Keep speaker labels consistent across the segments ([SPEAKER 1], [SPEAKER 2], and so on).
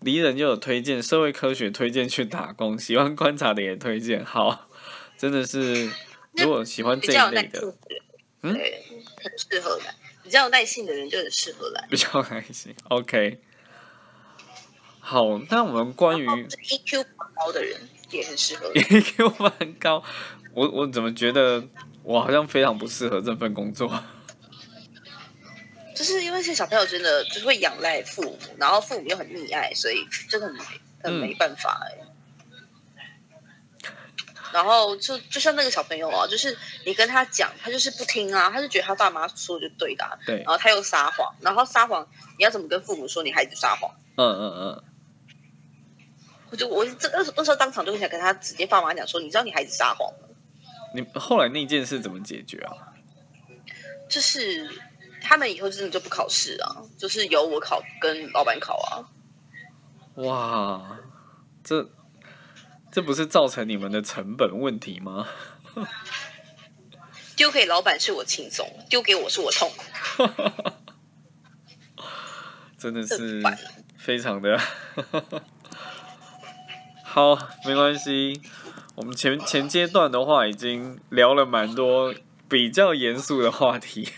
[SPEAKER 1] 离人就有推荐，社会科学推荐去打工，喜欢观察的也推荐。好，真的 是如果喜欢
[SPEAKER 2] 比
[SPEAKER 1] 这
[SPEAKER 2] 较有
[SPEAKER 1] 一
[SPEAKER 2] 耐
[SPEAKER 1] 类
[SPEAKER 2] 性
[SPEAKER 1] 的，
[SPEAKER 2] 的，
[SPEAKER 1] 嗯
[SPEAKER 2] 对，很适合来。比较有耐性的人就很适合来。
[SPEAKER 1] 比较开心。OK，好，那我们关
[SPEAKER 2] 然 后
[SPEAKER 1] 于
[SPEAKER 2] 是 EQ E 比较高的人也很适合来。
[SPEAKER 1] EQ 蛮高，我我怎么觉得我好像非常不适合这份工作？ 嗯
[SPEAKER 2] 就是因为现在小朋友真的就是会仰赖父母，然后父母又很溺爱，所以真的很没
[SPEAKER 1] 嗯
[SPEAKER 2] 很没办法哎、然后就就像那个小朋友啊，就是你跟他讲，他就是不听啊，他就觉得他爸妈说就对的啊、
[SPEAKER 1] 对
[SPEAKER 2] 然，后他又撒谎，然后撒谎，你要怎么跟父母说你孩子撒谎？
[SPEAKER 1] 嗯嗯嗯，
[SPEAKER 2] 我就我这那时候那时候当场就很想跟他直接爸妈讲说，你知道你孩子撒谎吗？
[SPEAKER 1] 你后来那件事怎么解决啊？
[SPEAKER 2] 就是他们以后真的就不考试啊，就是由我考跟老板考啊。
[SPEAKER 1] 哇，这这不是造成你们的成本问题吗？
[SPEAKER 2] 丢给老板是我轻松，丢给我是我痛苦，
[SPEAKER 1] 真的
[SPEAKER 2] 这
[SPEAKER 1] 是
[SPEAKER 2] 烦了。
[SPEAKER 1] 非常的 好，没关系。我们前前阶段的话已经聊了蛮多比较严肃的话题，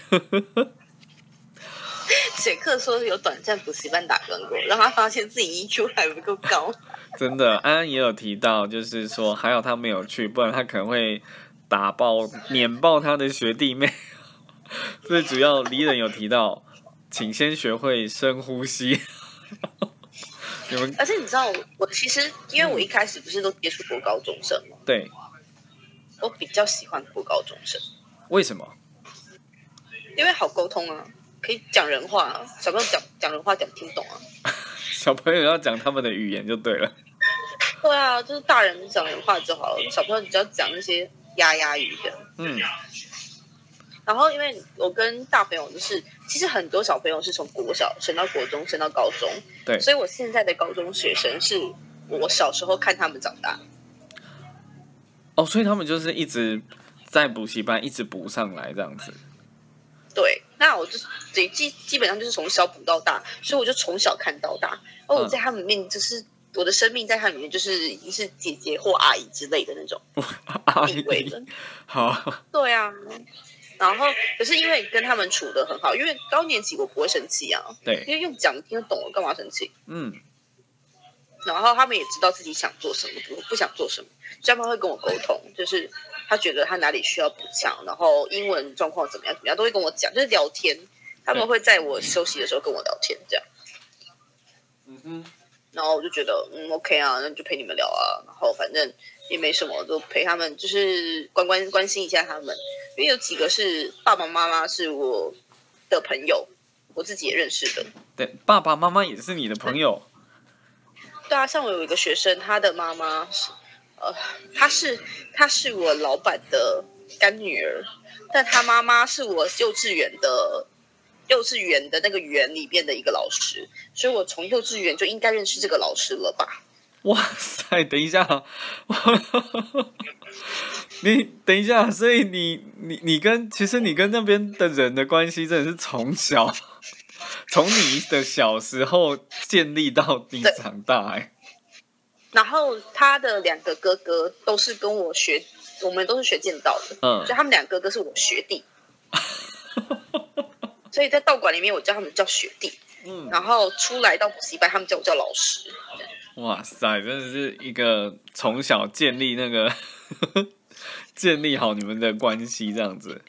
[SPEAKER 2] 水克说有短暂补习班打工过，让他发现自己 EQ 还不够高。
[SPEAKER 1] 真的。安安也有提到，就是说还好他没有去，不然他可能会打爆、碾爆他的学弟妹。 最主要，离人有提到，请先学会深呼吸。 你们
[SPEAKER 2] 而且你知道我，我其实因为我一开始不是都接触过高中生吗？
[SPEAKER 1] 对
[SPEAKER 2] 我比较喜欢过高中生，
[SPEAKER 1] 为什么？
[SPEAKER 2] 因为好沟通啊，可以讲人话、啊，小朋友讲讲人话讲不听懂啊。
[SPEAKER 1] 小朋友要讲他们的语言就对了。
[SPEAKER 2] 对啊，就是大人讲人话就好了，小朋友你只要讲那些呀呀语的。
[SPEAKER 1] 嗯，
[SPEAKER 2] 然后，因为我跟大朋友就是，其实很多小朋友是从国小升到国中，升到高中，
[SPEAKER 1] 对
[SPEAKER 2] 所以我现在的高中学生是我小时候看他们长大，
[SPEAKER 1] 哦，所以他们就是一直在补习班一直补上来这样子。
[SPEAKER 2] 对，那我就得基基本上就是从小补到大，所以我就从小看到大，哦，我
[SPEAKER 1] 嗯
[SPEAKER 2] 在他们里面就是、我的生命在他里面就是已经是姐姐或阿姨之类的那种
[SPEAKER 1] 阿
[SPEAKER 2] 地位
[SPEAKER 1] 姨
[SPEAKER 2] 了，
[SPEAKER 1] 好，
[SPEAKER 2] 对啊，然后可是因为跟他们处的很好，因为高年级我不会生气啊，
[SPEAKER 1] 对，
[SPEAKER 2] 因为用讲听得懂，我干嘛生气？
[SPEAKER 1] 嗯，
[SPEAKER 2] 然后他们也知道自己想做什么，不不想做什么，所以他们会跟我沟通，就是他觉得他哪里需要补强，然后英文状况怎么样怎么样，都会跟我讲，就是聊天。他们会在我休息的时候跟我聊天，这样，
[SPEAKER 1] 嗯哼，
[SPEAKER 2] 然后我就觉得嗯 OK 啊，那就陪你们聊啊，然后反正也没什么，就陪他们，就是关关关心一下他们，因为有几个是爸爸妈妈是我的朋友，我自己也认识的，
[SPEAKER 1] 对，爸爸妈妈也是你的朋友，
[SPEAKER 2] 对啊，像我有一个学生，他的妈妈是，呃，她是她是我老板的干女儿，但她妈妈是我幼稚园的幼稚园的那个园里边的一个老师，所以我从幼稚园就应该认识这个老师了吧？
[SPEAKER 1] 哇塞，等一下， 你等一下，所以你你你跟其实你跟那边的人的关系真的是从小 从你的小时候建立到你
[SPEAKER 2] 对
[SPEAKER 1] 长大、哎，
[SPEAKER 2] 然后他的两个哥哥都是跟我学，我们都是学剑道的，
[SPEAKER 1] 嗯
[SPEAKER 2] 所以他们两个哥哥是我学弟，所以在道馆里面我叫他们叫学弟，
[SPEAKER 1] 嗯。
[SPEAKER 2] 然后出来到补习班他们叫我叫老师。
[SPEAKER 1] 哇塞，真的是一个从小建立那个 建立好你们的关系这样子。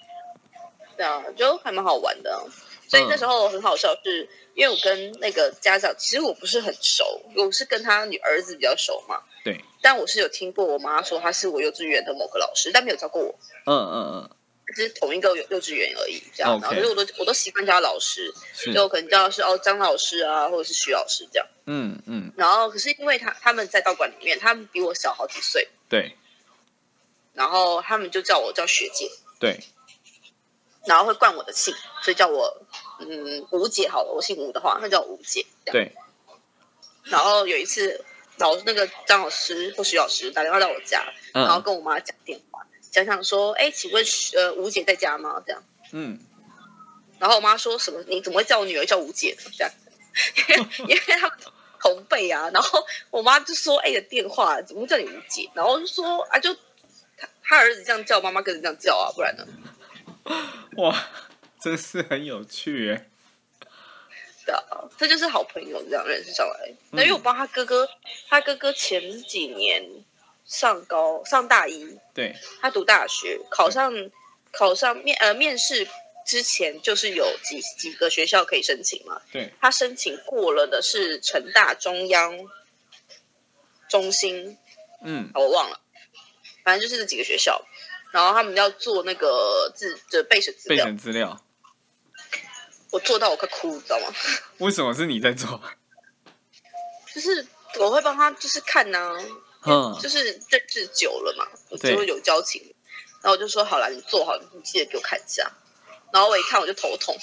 [SPEAKER 2] 对啊，就还蛮好玩的啊、所以那时候很好笑是，因为我跟那个家长其实我不是很熟，我是跟他女儿子比较熟嘛。
[SPEAKER 1] 对。
[SPEAKER 2] 但我是有听过我妈说她是我幼稚园的某个老师，但没有教过我，
[SPEAKER 1] 嗯嗯嗯，
[SPEAKER 2] 只是同一个幼幼稚园而已。这样
[SPEAKER 1] OK 嗯
[SPEAKER 2] 然后就是我都我都习惯叫她老师，
[SPEAKER 1] 是，
[SPEAKER 2] 就可能叫她是哦张老师啊，或者是徐老师这样。
[SPEAKER 1] 嗯嗯，
[SPEAKER 2] 然后可是因为他他们在道馆里面，他们比我小好几岁，
[SPEAKER 1] 对
[SPEAKER 2] 然后他们就叫我叫学姐，
[SPEAKER 1] 对，
[SPEAKER 2] 然后会冠我的姓，所以叫我嗯吴姐好了，我姓吴的话，那叫我吴姐。这样
[SPEAKER 1] 对，
[SPEAKER 2] 然后有一次，老那个张老师或徐老师打电话到我家，然后
[SPEAKER 1] 嗯
[SPEAKER 2] 跟我妈讲电话，讲讲说，哎，请问徐呃吴姐在家吗？这样，
[SPEAKER 1] 嗯，
[SPEAKER 2] 然后我妈说什么？你怎么会叫我女儿叫吴姐呢？这样，因为因为他们同辈会呀、然后我妈就说：“哎、你的电话怎么会叫你吴姐？”然后我就说：“啊，就他他儿子这样叫，妈妈跟着这样叫啊，不然呢？
[SPEAKER 1] 哇，真是很有趣耶。
[SPEAKER 2] 对啊，这就是好朋友这样认识上来。那因为我帮他哥哥，他哥哥前几年上高上大一，
[SPEAKER 1] 对，
[SPEAKER 2] 他读大学，考上考上面呃面试之前就是有几几个学校可以申请嘛。
[SPEAKER 1] 对，
[SPEAKER 2] 他申请过了的是成大中央中心，
[SPEAKER 1] 嗯
[SPEAKER 2] 啊我忘了，反正就是这几个学校。然后他们要做那个自就备审资
[SPEAKER 1] 备
[SPEAKER 2] 料，
[SPEAKER 1] 选资料，
[SPEAKER 2] 我做到我快哭，你知道吗？
[SPEAKER 1] 为什么是你在做？
[SPEAKER 2] 就是我会帮他就是看啊呐、
[SPEAKER 1] 嗯
[SPEAKER 2] 就是认识久了嘛，我
[SPEAKER 1] 对
[SPEAKER 2] 就有交情，然后我就说好了，你做好，你记得给我看一下。然后我一看我就头痛，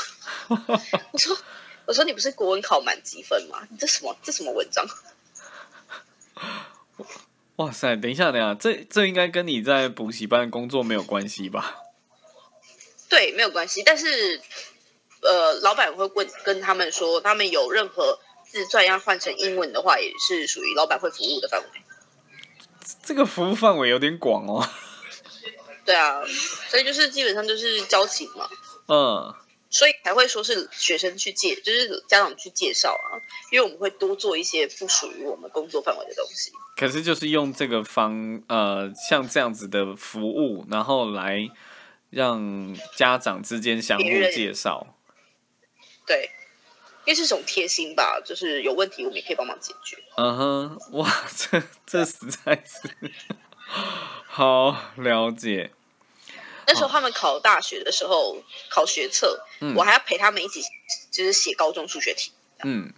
[SPEAKER 2] 我说我说你不是国文考满积分吗？你这什么这什么文章？
[SPEAKER 1] 哇塞，等一下，等一下，这这应该跟你在补习班工作没有关系吧？
[SPEAKER 2] 对，没有关系，但是呃，老板会问跟他们说，他们有任何字传要换成英文的话，也是属于老板会服务的范围。
[SPEAKER 1] 这个服务范围有点广哦。
[SPEAKER 2] 对啊，所以就是基本上就是交情嘛。
[SPEAKER 1] 嗯，
[SPEAKER 2] 所以才会说是学生去介，就是家长去介绍啊，因为我们会多做一些不属于我们工作范围的东西。
[SPEAKER 1] 可是就是用这个方呃，像这样子的服务，然后来让家长之间相互
[SPEAKER 2] 别人
[SPEAKER 1] 介绍。
[SPEAKER 2] 对，因为是一种贴心吧，就是有问题我们也可以帮忙解决。
[SPEAKER 1] 嗯哼，哇，这这实在是好了解。
[SPEAKER 2] 那时候他们考大学的时候考学测，
[SPEAKER 1] 哦嗯
[SPEAKER 2] 我还要陪他们一起，就是写高中数学题，
[SPEAKER 1] 嗯，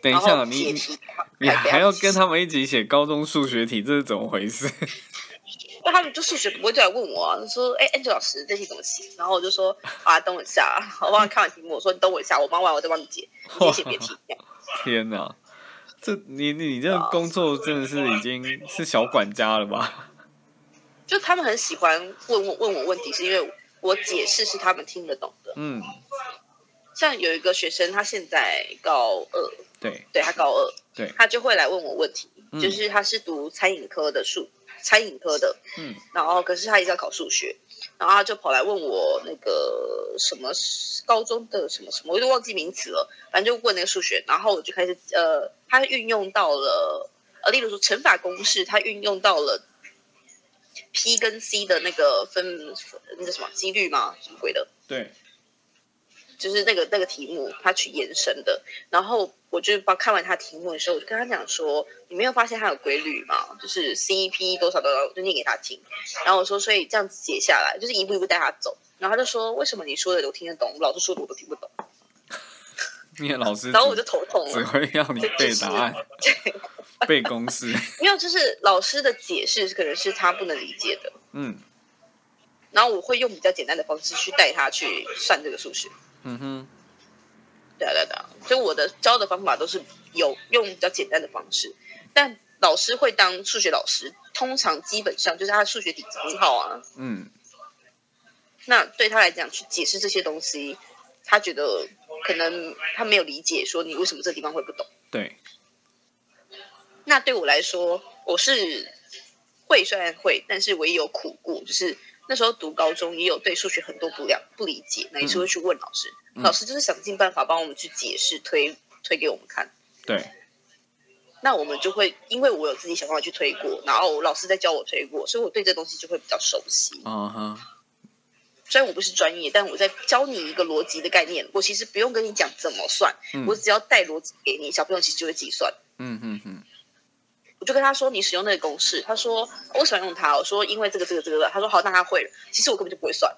[SPEAKER 1] 等一
[SPEAKER 2] 然
[SPEAKER 1] 下，
[SPEAKER 2] 后
[SPEAKER 1] 你
[SPEAKER 2] 解
[SPEAKER 1] 你
[SPEAKER 2] 题。
[SPEAKER 1] 你还要跟他们一起写高中数学题，这是怎么回事？
[SPEAKER 2] 那他们就数学不会就来问我、啊，就说：“哎、a n g e l 老师这题怎么写？”然后我就说：“啊，等我一下啊，我帮你看完题目，我说你等我一下，我忙完我再帮你解，你先写 别的题。”这样
[SPEAKER 1] 天哪，这你你这个工作真的是已经是小管家了吧？
[SPEAKER 2] 就他们很喜欢问我问我问题，是因为我解释是他们听得懂的。
[SPEAKER 1] 嗯，
[SPEAKER 2] 像有一个学生，他现在高二，
[SPEAKER 1] 对，
[SPEAKER 2] 对他高二，
[SPEAKER 1] 对
[SPEAKER 2] 他就会来问我问题，
[SPEAKER 1] 嗯
[SPEAKER 2] 就是他是读餐饮科的数，餐饮科的，
[SPEAKER 1] 嗯，
[SPEAKER 2] 然后可是他一直要考数学，然后他就跑来问我那个什么高中的什么什么，我就忘记名词了，反正就问那个数学，然后我就开始呃，他运用到了呃，例如说乘法公式，他运用到了 P 跟 C 的那个分那个什么几率吗？什么鬼的？
[SPEAKER 1] 对，
[SPEAKER 2] 就是那个那个题目，他去延伸的。然后我就帮看完他题目的时候，我就跟他讲说：“你没有发现它有规律吗？就是 C E P 多少多少，我就念给他听。”然后我说：“所以这样子解下来，就是一步一步带他走。”然后他就说：“为什么你说的我听得懂，我老师说的我都听不懂
[SPEAKER 1] 你的老？”师
[SPEAKER 2] 然后我
[SPEAKER 1] 只
[SPEAKER 2] 就头痛
[SPEAKER 1] 只
[SPEAKER 2] 了。
[SPEAKER 1] 会要你背答案、
[SPEAKER 2] 对，
[SPEAKER 1] 背公式。
[SPEAKER 2] 没有，就是老师的解释可能是他不能理解的，
[SPEAKER 1] 嗯
[SPEAKER 2] 然后我会用比较简单的方式去带他去算这个数学。
[SPEAKER 1] 嗯哼，
[SPEAKER 2] 对啊，对啊，对啊所以我的教的方法都是有用比较简单的方式，但老师会当数学老师，通常基本上就是他的数学底子很好啊。
[SPEAKER 1] 嗯，
[SPEAKER 2] 那对他来讲，去解释这些东西，他觉得可能他没有理解，说你为什么这地方会不懂。
[SPEAKER 1] 对，
[SPEAKER 2] 那对我来说，我是会虽然会，但是我也有苦过，就是那时候读高中也有对数学很多不了不理解，那也是会去问老师，
[SPEAKER 1] 嗯
[SPEAKER 2] 老师就是想尽办法帮我们去解释，推推给我们看。
[SPEAKER 1] 对，
[SPEAKER 2] 那我们就会，因为我有自己想办法去推过，然后老师在教我推过，所以我对这东西就会比较熟悉。
[SPEAKER 1] 啊哈，
[SPEAKER 2] 虽然我不是专业，但我在教你一个逻辑的概念，我其实不用跟你讲怎么算，
[SPEAKER 1] 嗯
[SPEAKER 2] 我只要带逻辑给你，小朋友其实就会计算。
[SPEAKER 1] 嗯哼哼，
[SPEAKER 2] 我就跟他说你使用那个公式，他说我为什么要用它？我说因为这个这个这个，他说好，那他会了。其实我根本就不会算，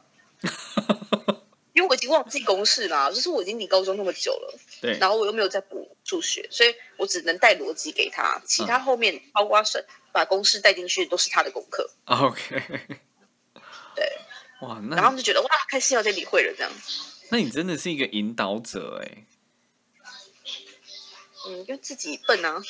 [SPEAKER 2] 因为我已经忘记公式啦，就是我已经离高中那么久了。
[SPEAKER 1] 对，
[SPEAKER 2] 然后我又没有在补数学，所以我只能带逻辑给他，其他后面包括是把公式带进去都是他的功课。
[SPEAKER 1] OK，
[SPEAKER 2] 对，
[SPEAKER 1] 哇，
[SPEAKER 2] 然后他
[SPEAKER 1] 那
[SPEAKER 2] 们就觉得哇，开心哦，这里会了这样。
[SPEAKER 1] 那你真的是一个引导者哎，
[SPEAKER 2] 嗯，因为自己笨啊，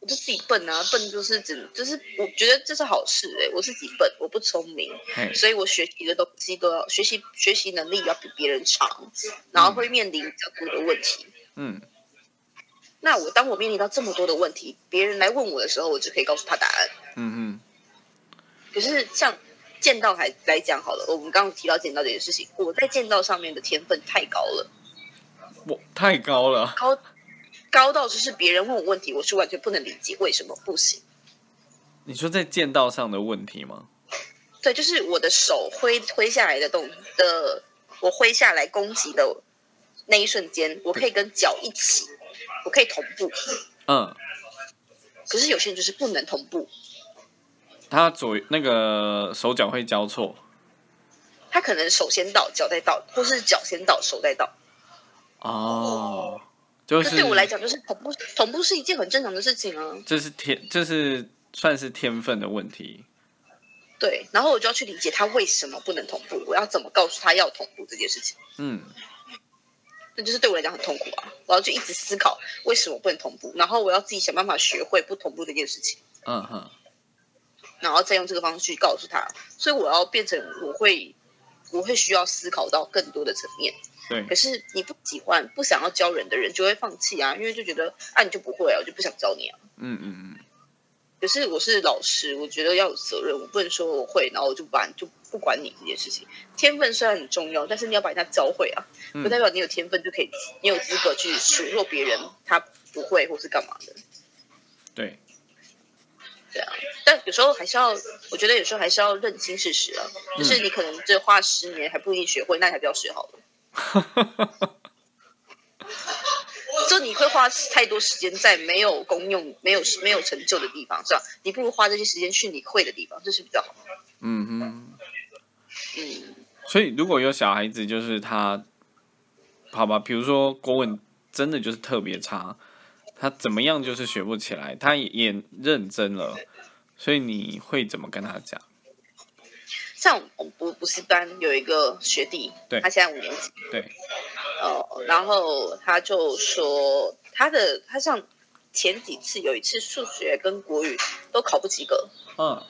[SPEAKER 2] 我就自己笨啊，笨就是只就是我觉得这是好事哎、我自己笨，我不聪明，
[SPEAKER 1] 嘿，
[SPEAKER 2] 所以我学习的东西都要学习学习能力要比别人长，然后会面临比较多的问题。
[SPEAKER 1] 嗯
[SPEAKER 2] 那我当我面临到这么多的问题，别人来问我的时候，我就可以告诉他答案。
[SPEAKER 1] 嗯
[SPEAKER 2] 可是像剑道还来讲好了，我们刚刚提到剑道这件事情，我在剑道上面的天分太高了，
[SPEAKER 1] 哼，我太高了，
[SPEAKER 2] 高高到就是别人问我问题，我是完全不能理解为什么不行。
[SPEAKER 1] 你说在剑道上的问题吗？
[SPEAKER 2] 对，就是我的手挥挥下来的动的，我挥下来攻击的那一瞬间，我可以跟脚一起，我可以同步。
[SPEAKER 1] 嗯，
[SPEAKER 2] 可是有些人就是不能同步，
[SPEAKER 1] 他左那个手脚会交错，
[SPEAKER 2] 他可能手先到，脚再到，或是脚先到，手再到。
[SPEAKER 1] 哦，就
[SPEAKER 2] 那
[SPEAKER 1] 是
[SPEAKER 2] 对我来讲，就是同步同步是一件很正常的事情啊。
[SPEAKER 1] 这是天，这是算是天分的问题。
[SPEAKER 2] 对，然后我就要去理解他为什么不能同步，我要怎么告诉他要同步这件事情，
[SPEAKER 1] 嗯，
[SPEAKER 2] 那就是对我来讲很痛苦啊。我要去一直思考为什么不能同步，然后我要自己想办法学会不同步这件事情，
[SPEAKER 1] 嗯哼，
[SPEAKER 2] 然后再用这个方式去告诉他。所以我要变成我会，我会需要思考到更多的层面。
[SPEAKER 1] 对
[SPEAKER 2] 可，是你不喜欢、不想要教人的人就会放弃啊，因为就觉得啊你就不会啊，我就不想教你啊。
[SPEAKER 1] 嗯嗯
[SPEAKER 2] 可是我是老师，我觉得要有责任，我不能说我会，然后我就把就不管你这件事情。天分虽然很重要，但是你要把人家教会啊，
[SPEAKER 1] 嗯
[SPEAKER 2] 不代表你有天分就可以，你有资格去数落别人他不会或是干嘛的。
[SPEAKER 1] 嗯，对，
[SPEAKER 2] 对啊，但有时候还是要，我觉得有时候还是要认清事实啊，就是你可能这花十年还不一定学会，那你还不要学好了。就你会花太多时间在没有功用、没有没有成就的地方上，你不如花这些时间去你会的地方，这是比较好。
[SPEAKER 1] 嗯哼。
[SPEAKER 2] 嗯。
[SPEAKER 1] 所以如果有小孩子，就是他，好吧，比如说国文真的就是特别差，他怎么样就是学不起来，他也也认真了，所以你会怎么跟他讲？
[SPEAKER 2] 像我们补补习班有一个学弟，
[SPEAKER 1] 对
[SPEAKER 2] 他现在五年级，
[SPEAKER 1] 对，
[SPEAKER 2] 呃，然后他就说他的他像前几次有一次数学跟国语都考不及格，
[SPEAKER 1] 嗯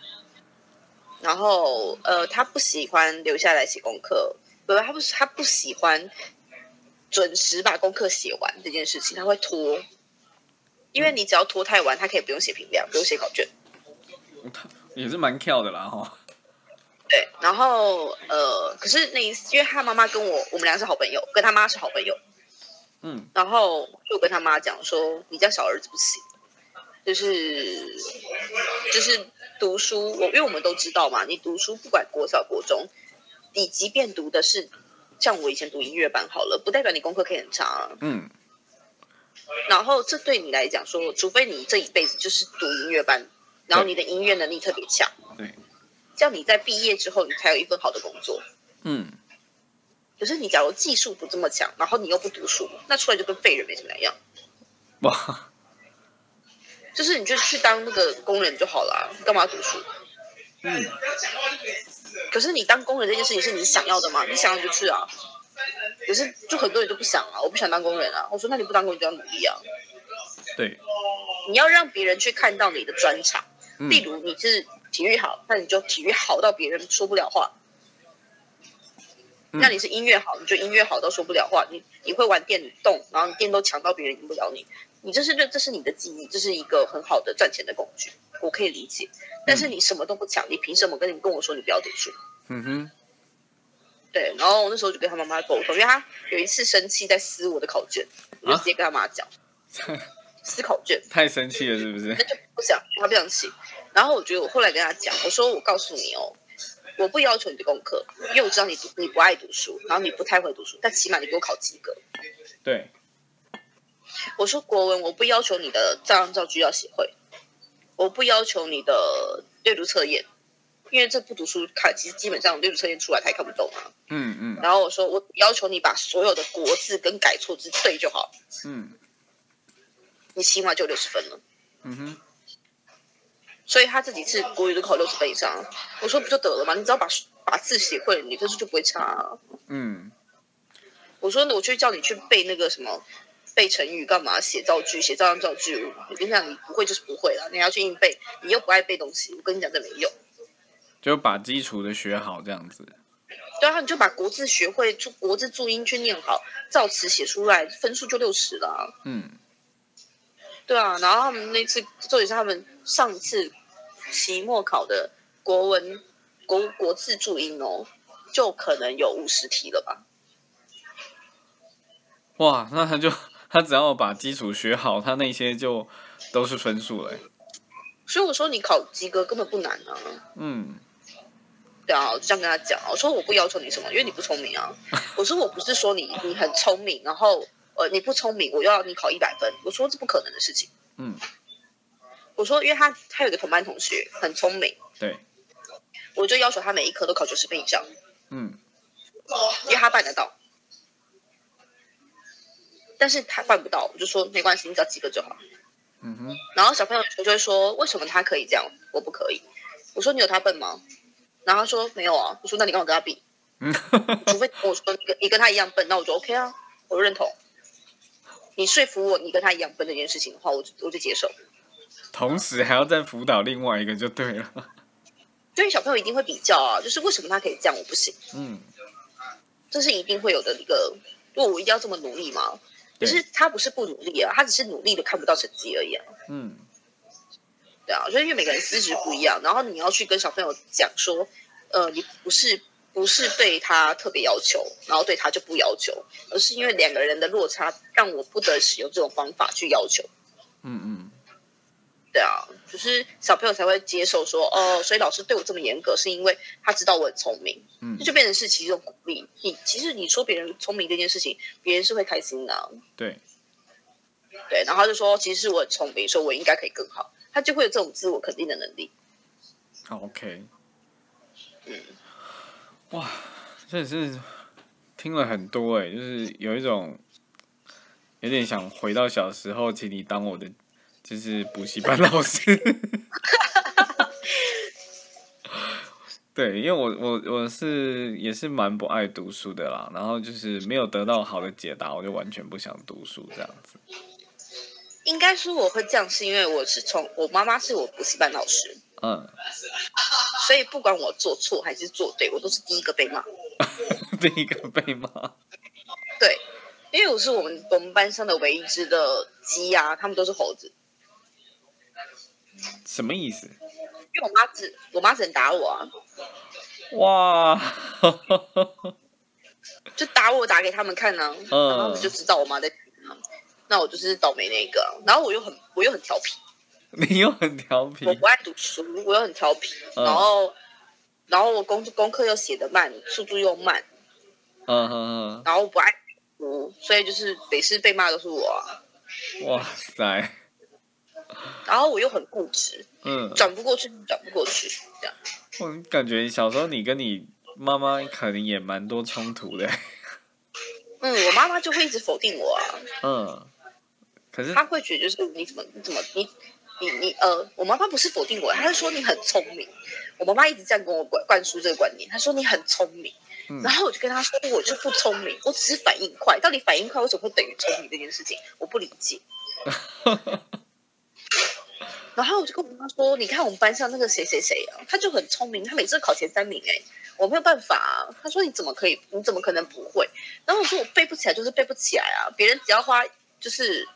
[SPEAKER 2] 然后呃他不喜欢留下来写功课，不他不他不喜欢准时把功课写完这件事情，他会拖，因
[SPEAKER 1] 嗯
[SPEAKER 2] 为你只要拖太晚，他可以不用写评量，不用写考卷。
[SPEAKER 1] 也是蛮跳的啦哈。
[SPEAKER 2] 对，然后呃，可是那一次，因为他妈妈跟我，我们俩是好朋友，跟他妈是好朋友，
[SPEAKER 1] 嗯
[SPEAKER 2] 然后就跟他妈讲说，你家小儿子不行，就是就是读书，我因为我们都知道嘛，你读书不管国小国中，你即便读的是像我以前读音乐班好了，不代表你功课可以很差、啊，
[SPEAKER 1] 嗯，
[SPEAKER 2] 然后这对你来讲说，除非你这一辈子就是读音乐班，然后你的音乐能力特别强，
[SPEAKER 1] 对，
[SPEAKER 2] 这样你在毕业之后你才有一份好的工作。
[SPEAKER 1] 嗯
[SPEAKER 2] 可是你假如技术不这么强，然后你又不读书，那出来就跟废人没什么两样。
[SPEAKER 1] 哇，
[SPEAKER 2] 就是你就去当那个工人就好了，你干嘛读书？
[SPEAKER 1] 嗯
[SPEAKER 2] 可是你当工人这件事情是你想要的吗？你想要你就去啊。可是就很多人都不想啊，我不想当工人啊。我说那你不当工人就要努力啊，
[SPEAKER 1] 对，
[SPEAKER 2] 你要让别人去看到你的专长。
[SPEAKER 1] 嗯
[SPEAKER 2] 例如你是体育好，那你就体育好到别人说不了话。
[SPEAKER 1] 嗯
[SPEAKER 2] 那你是音乐好，你就音乐好到说不了话。你你会玩电动，然后你电动强到别人赢不了你。你这是这这是你的技艺，这是一个很好的赚钱的工具，我可以理解。但是你什么都不强，你凭什么跟你跟我说你不要读书？
[SPEAKER 1] 嗯哼，
[SPEAKER 2] 对，然后我那时候就跟他妈妈沟通，因为他有一次生气在撕我的考卷，我就直接跟他妈讲、撕考卷。
[SPEAKER 1] 太生气了是不是？
[SPEAKER 2] 那就不想，他不想写。然后我觉得我后来跟他讲，我说我告诉你哦，我不要求你的功课，因为我知道你读你不爱读书，然后你不太会读书，但起码你给我考及格。
[SPEAKER 1] 对，
[SPEAKER 2] 我说国文我不要求你的照样造句要写会，我不要求你的阅读测验，因为这不读书看，其实基本上阅读测验出来他也看不懂啊。
[SPEAKER 1] 嗯嗯
[SPEAKER 2] 然后我说我要求你把所有的国字跟改错字对就好，
[SPEAKER 1] 嗯
[SPEAKER 2] 你起码就六十分了。
[SPEAKER 1] 嗯哼，
[SPEAKER 2] 所以他这几次国语都考六十分以上。我说不就得了吗？你只要把把字写会了，你分数就不会差、啊。
[SPEAKER 1] 嗯
[SPEAKER 2] 我说我去叫你去背那个什么背成语干嘛？写造句，写照样造句。我跟你讲，你不会就是不会了，你还要去硬背，你又不爱背东西。我跟你讲，这没用。
[SPEAKER 1] 就把基础的学好这样子。
[SPEAKER 2] 对啊，你就把国字学会，注国字注音去念好，造词写出来，分数就六十了啊。
[SPEAKER 1] 嗯
[SPEAKER 2] 对啊，然后他们那次，重点是他们上次期末考的国文国国字注音哦，就可能有五十题了吧？
[SPEAKER 1] 哇，那他就他只要把基础学好，他那些就都是分数了欸。
[SPEAKER 2] 所以我说你考及格根本不难啊。
[SPEAKER 1] 嗯，
[SPEAKER 2] 对啊，我就这样跟他讲，我说我不要求你什么，因为你不聪明啊。我说我不是说你你很聪明，然后呃你不聪明，我要你考一百分，我说这不可能的事情。
[SPEAKER 1] 嗯，
[SPEAKER 2] 我说因为他他有一个同班同学很聪明，
[SPEAKER 1] 对，
[SPEAKER 2] 我就要求他每一科都考九十分以上，
[SPEAKER 1] 嗯，
[SPEAKER 2] 因为他办得到。但是他办不到，我就说没关系，你只要及格就好。
[SPEAKER 1] 嗯哼，
[SPEAKER 2] 然后小朋友就会说，为什么他可以这样，我不可以？我说你有他笨吗？然后他说没有啊。我说那你干嘛跟他比？
[SPEAKER 1] 嗯，
[SPEAKER 2] 除非我说你跟你跟他一样笨，那我就 OK 啊，我就认同。你说服我你跟他一样笨这件事情的话，我就我就接受。
[SPEAKER 1] 同时还要再辅导另外一个就对了。
[SPEAKER 2] 对于小朋友一定会比较啊，就是为什么他可以这样，我不行，
[SPEAKER 1] 嗯，
[SPEAKER 2] 这是一定会有的一个。如果我一定要这么努力吗？可
[SPEAKER 1] 对
[SPEAKER 2] 是他不是不努力啊，他只是努力的看不到成绩而已啊。
[SPEAKER 1] 嗯，
[SPEAKER 2] 对啊，就是因为每个人资质不一样，然后你要去跟小朋友讲说，呃，你不是不是对他特别要求，然后对他就不要求，而是因为两个人的落差让我不得使用这种方法去要求。
[SPEAKER 1] 嗯嗯，
[SPEAKER 2] 对啊，就是小朋友才会接受说，哦，所以老师对我这么严格，是因为他知道我很聪明，
[SPEAKER 1] 嗯
[SPEAKER 2] 这就变成是其实一种鼓励。你其实你说别人聪明这件事情，别人是会开心的啊、
[SPEAKER 1] 对，
[SPEAKER 2] 对。然后他就说，其实我很聪明，所以我应该可以更好，他就会有这种自我肯定的能力。
[SPEAKER 1] 好哦 OK。
[SPEAKER 2] 嗯，
[SPEAKER 1] 哇，真的是听了很多哎、就是有一种有点想回到小时候，请你当我的就是补习班老师。 对，因为我我我是也是蛮不爱读书的啦，然后就是没有得到好的解答，我就完全不想读书这样子。
[SPEAKER 2] 应该说我会这样，是因为我是从我妈妈是我补习班老师，
[SPEAKER 1] 嗯，
[SPEAKER 2] 所以不管我做错还是做对，我都是第一个被骂。
[SPEAKER 1] 第一个被骂，
[SPEAKER 2] 对，因为我是我们我们班上的唯一只的鸡啊，他们都是猴子。
[SPEAKER 1] 什么意思？
[SPEAKER 2] 因为我妈只我妈只能打我啊，
[SPEAKER 1] 哇，
[SPEAKER 2] 就打我打给他们看呢、
[SPEAKER 1] 嗯
[SPEAKER 2] 然后他们就知道我妈在听啊。那我就是倒霉那一个啊、然后我又很我又很调皮，
[SPEAKER 1] 你又很调皮
[SPEAKER 2] 我，不爱读书，我又很调皮，
[SPEAKER 1] 嗯
[SPEAKER 2] 然后然后我功功课又写得慢，速度又慢，
[SPEAKER 1] 嗯嗯
[SPEAKER 2] 然后我不爱读，所以就是每次被骂都是我啊、
[SPEAKER 1] 嗯，哇塞，
[SPEAKER 2] 然后我又很固执，
[SPEAKER 1] 嗯。
[SPEAKER 2] 转不过去就转不过去，这样
[SPEAKER 1] 我感觉小时候你跟你妈妈可能也蛮多冲突的，
[SPEAKER 2] 嗯，我妈妈就会一直否定我啊，
[SPEAKER 1] 嗯，可是
[SPEAKER 2] 她会觉得就是你怎么你怎么你你你呃，我妈妈不是否定我，她是说你很聪明。我妈妈一直这样跟我灌灌输这个观念，她说你很聪明，
[SPEAKER 1] 嗯
[SPEAKER 2] 然后我就跟她说我就不聪明，我只是反应快，到底反应快为什么会等于聪明这件事情，我不理 解。然后我就跟我妈说，你看我们班上那个谁谁谁啊，他就很聪明，他每次都考前三名哎、我没有办法啊。她说你怎么可以，你怎么可能不会？然后我说我背不起来就是背不起来啊，别人只要花就是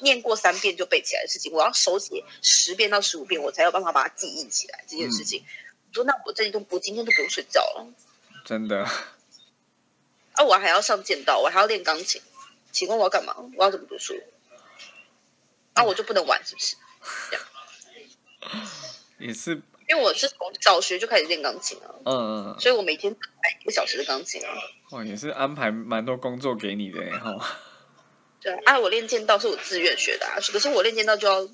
[SPEAKER 2] 念过三遍就背起来的事情，我要手写十遍到十五遍，我才有办法把它记忆起来这件事情。我说那我这一顿不今天就不用睡觉了，
[SPEAKER 1] 真的，
[SPEAKER 2] 啊，我还要上剑道，我还要练钢琴，请问我要干嘛？我要怎么读书？那、我就不能玩是不是？
[SPEAKER 1] 也是，
[SPEAKER 2] 因为我是从小学就开始练钢琴啊，
[SPEAKER 1] 嗯嗯，嗯
[SPEAKER 2] 所以我每天打一个小时的钢琴啊。
[SPEAKER 1] 哇，也是安排蛮多工作给你的欸耶哈，
[SPEAKER 2] 对啊，啊我练剑道是我自愿学的、啊，可是我练剑道就要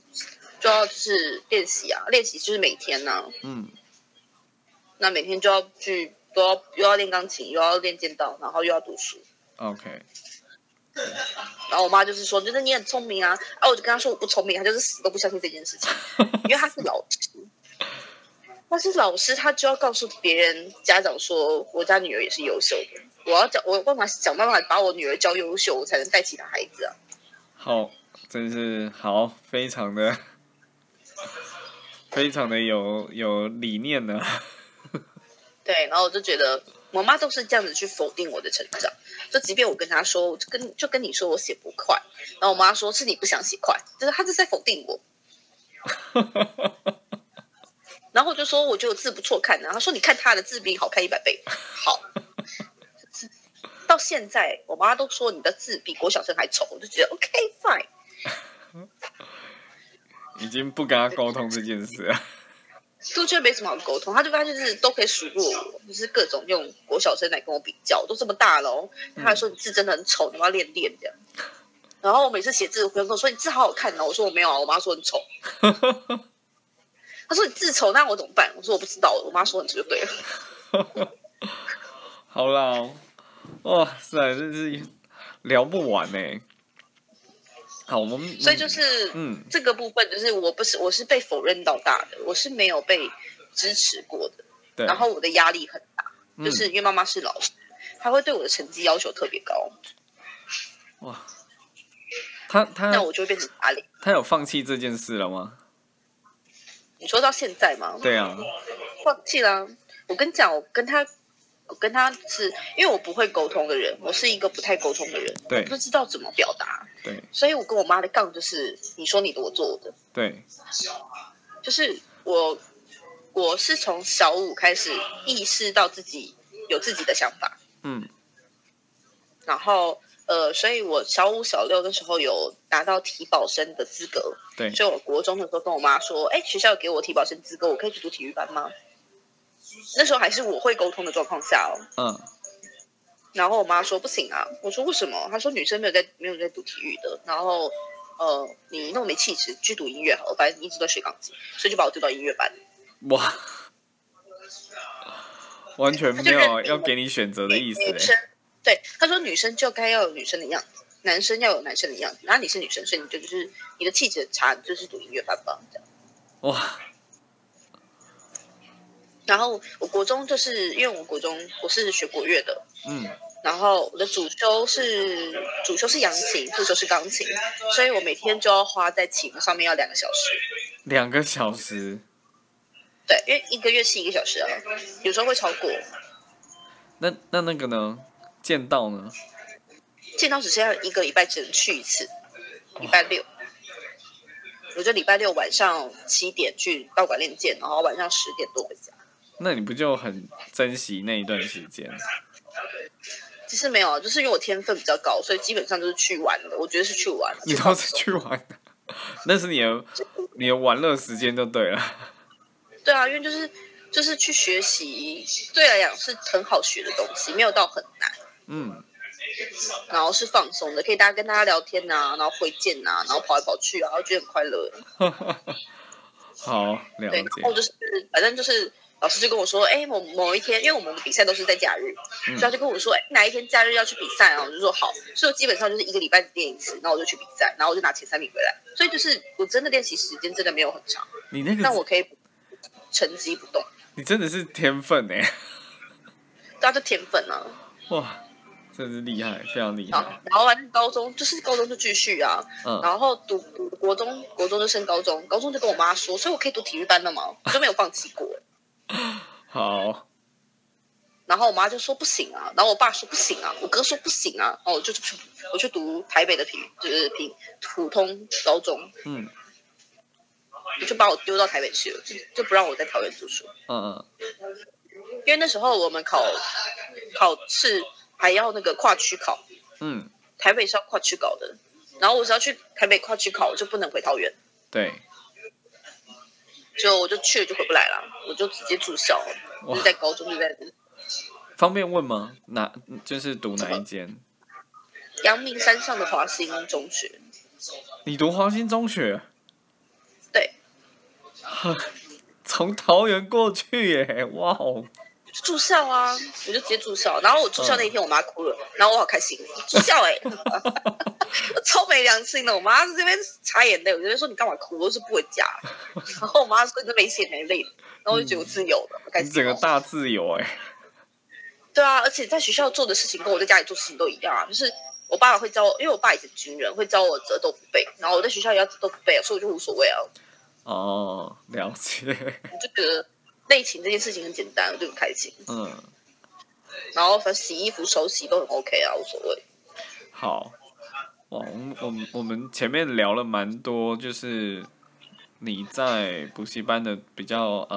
[SPEAKER 2] 就要就是练习啊，练习就是每天呐、啊
[SPEAKER 1] 嗯，
[SPEAKER 2] 那每天就要去都要又要练钢琴，又要练剑道，然后又要读书。
[SPEAKER 1] OK，
[SPEAKER 2] 然后我妈就是说，就是你很聪明啊，啊，我就跟她说我不聪明，她就是死都不相信这件事情，因为她是老师，她是老师，她就要告诉别人家长说，我家女儿也是优秀的，我要教，我有办法想办法把我女儿教优秀，我才能带其他孩子啊。
[SPEAKER 1] 好，真是好，非常的，非常的有有理念呢，
[SPEAKER 2] 对，然后我就觉得我妈都是这样子去否定我的成长，就即便我跟他说，我就跟就跟你说我写不快，然后我妈说是你不想写快，就是她是在否定我。然后我就说我觉得我字不错看、啊，然后她说你看他的字比你好看一百倍，好。 到现在我妈都说你的字比国小生还丑，我就觉得 OK fine。
[SPEAKER 1] 已经不跟他沟通这件事了。
[SPEAKER 2] 都觉得没什么好沟通，他就他就是都可以数落我，就是各种用国小生来跟我比较，我都这么大了、哦，
[SPEAKER 1] 嗯
[SPEAKER 2] 他还说你字真的很丑，你要练练这样。然后我每次写字，我朋友跟我说你字好好看哦，我说我没有啊，我妈说很 丑。他说你字丑，那我怎么办？我说我不知道，我妈说很丑就对了。
[SPEAKER 1] 好啦，哇塞，真是聊不完呢、欸。好，我们
[SPEAKER 2] 所以就是，
[SPEAKER 1] 嗯
[SPEAKER 2] 这个部分就是我不是我是被否认到大的，我是没有被支持过的。
[SPEAKER 1] 对，
[SPEAKER 2] 然后我的压力很大，
[SPEAKER 1] 嗯
[SPEAKER 2] 就是因为妈妈是老师，她会对我的成绩要求特别高，
[SPEAKER 1] 哇，他他
[SPEAKER 2] 那我就会变成打脸。
[SPEAKER 1] 他有放弃这件事了吗？
[SPEAKER 2] 你说到现在吗？
[SPEAKER 1] 对啊，
[SPEAKER 2] 放弃啦！我跟你讲，我跟他，我跟他是因为我不会沟通的人，我是一个不太沟通的人，
[SPEAKER 1] 对
[SPEAKER 2] 不知道怎么表达，
[SPEAKER 1] 对
[SPEAKER 2] 所以我跟我妈的杠就是你说你的，我做我的，
[SPEAKER 1] 对，
[SPEAKER 2] 就是我我是从小五开始意识到自己有自己的想法，
[SPEAKER 1] 嗯
[SPEAKER 2] 然后呃，所以我小五、小六的时候有拿到体保生的资格，
[SPEAKER 1] 对
[SPEAKER 2] 所以我国中的时候跟我妈说，哎，学校有给我体保生资格，我可以去读体育班吗？那时候还是我会沟通的状况下哦，
[SPEAKER 1] 嗯
[SPEAKER 2] 然后我妈说不行啊，我说为什么？她说女生没有在没有在读体育的，然后呃，你那么没气质，去读音乐好了，反正你一直都学钢琴，所以就把我丢到音乐班。
[SPEAKER 1] 哇，完全没
[SPEAKER 2] 他
[SPEAKER 1] 有
[SPEAKER 2] 就
[SPEAKER 1] 啊
[SPEAKER 2] 认定
[SPEAKER 1] 要给你选择的意思
[SPEAKER 2] 女
[SPEAKER 1] 哎、
[SPEAKER 2] 生对她说女生就该要有女生的样子，男生要有男生的样子，然后你是女生，所以你就就是你的气质很差，你就是读音乐班吧这样。
[SPEAKER 1] 哇，
[SPEAKER 2] 然后我国中就是因为我国中我是学国乐的，
[SPEAKER 1] 嗯
[SPEAKER 2] 然后我的主修是主修是扬琴，副修是钢琴，所以我每天就要花在琴上面要两个小时。
[SPEAKER 1] 两个小时，
[SPEAKER 2] 对，因为一个乐器一个小时啊，有时候会超过。
[SPEAKER 1] 那那那个呢？剑道呢？
[SPEAKER 2] 见到只剩下一个礼拜，只能去一次，礼拜六。我就礼拜六晚上七点去道馆练剑，然后晚上十点多回家。
[SPEAKER 1] 那你不就很珍惜那一段时间？
[SPEAKER 2] 其实没有啊，就是因为我天分比较高，所以基本上就是去玩的。我觉得是去玩，
[SPEAKER 1] 你都是去玩的， 那是你的你的玩乐时间就对了。
[SPEAKER 2] 对啊，因为就是就是去学习，对来讲是很好学的东西，没有到很难，
[SPEAKER 1] 嗯，
[SPEAKER 2] 然后是放松的，可以大家跟大家聊天啊，然后挥剑啊，然后跑来跑去啊，我觉得很快乐。
[SPEAKER 1] 好了
[SPEAKER 2] 对，然后
[SPEAKER 1] 解。
[SPEAKER 2] 就是反正就是老师就跟我说，哎，某某一天，因为我们的比赛都是在假日，所以他就跟我说，哎，哪一天假日要去比赛啊？我就说好，所以我基本上就是一个礼拜练一次，然后我就去比赛，然后我就拿前三名回来。所以就是我真的练习时间真的没有很长，
[SPEAKER 1] 你那
[SPEAKER 2] 但我
[SPEAKER 1] 个
[SPEAKER 2] 可以成绩不动，
[SPEAKER 1] 你真的是天分哎、
[SPEAKER 2] 大家就天分啊。
[SPEAKER 1] 哇，真是厉害，非常厉
[SPEAKER 2] 然后
[SPEAKER 1] 害。
[SPEAKER 2] 然后完高中就是高中就继续啊，
[SPEAKER 1] 嗯，
[SPEAKER 2] 然后读读国中，国中就升高中，高中就跟我妈说，所以我可以读体育班了嘛，我就没有放弃过。
[SPEAKER 1] 好，
[SPEAKER 2] 然后我妈就说不行啊，然后我爸说不行啊，我哥说不行啊，然后我就去我去读台北的平就是平普通高中，
[SPEAKER 1] 嗯
[SPEAKER 2] 我就把我丢到台北去了，就就不让我在桃园读书，
[SPEAKER 1] 嗯嗯，
[SPEAKER 2] 因为那时候我们考考试还要那个跨区考，
[SPEAKER 1] 嗯，
[SPEAKER 2] 台北是要跨区考的，然后我只要去台北跨区考，我就不能回桃园，
[SPEAKER 1] 对，
[SPEAKER 2] 就我就去了就回不来了，我就直接住校，就
[SPEAKER 1] 哇
[SPEAKER 2] 是，在高中就在
[SPEAKER 1] 方便问吗？哪就是读哪一间？
[SPEAKER 2] 阳明山上的华兴中学，
[SPEAKER 1] 你读华兴中学？
[SPEAKER 2] 对，
[SPEAKER 1] 从桃园过去耶、哇哦，
[SPEAKER 2] 住校啊，我就直接住校。然后我住校那一天，我妈哭了，然后我好开心，住校 哎、我超没良心的。我妈在这边擦眼泪，我就边说你干嘛哭？我说不回家。然后我妈说你都没血没泪，然后我就觉得我自由了，我开
[SPEAKER 1] 你整
[SPEAKER 2] 心
[SPEAKER 1] 个
[SPEAKER 2] 哦。
[SPEAKER 1] 大自由哎、
[SPEAKER 2] 对啊，而且在学校做的事情跟我在家里做事情都一样啊，就是。我爸爸会教我，因为我爸以前军人，会教我折豆腐被，然后我在学校也要折豆腐被，所以我就无所谓啊，
[SPEAKER 1] 哦，了解，
[SPEAKER 2] 我就觉得内勤这件事情很简单，我就很开心。
[SPEAKER 1] 嗯，
[SPEAKER 2] 然后反正洗衣服、手洗都很 OK 啊，无所谓。
[SPEAKER 1] 好，哇，我们我们我们前面聊了蛮多，就是你在补习班的比较呃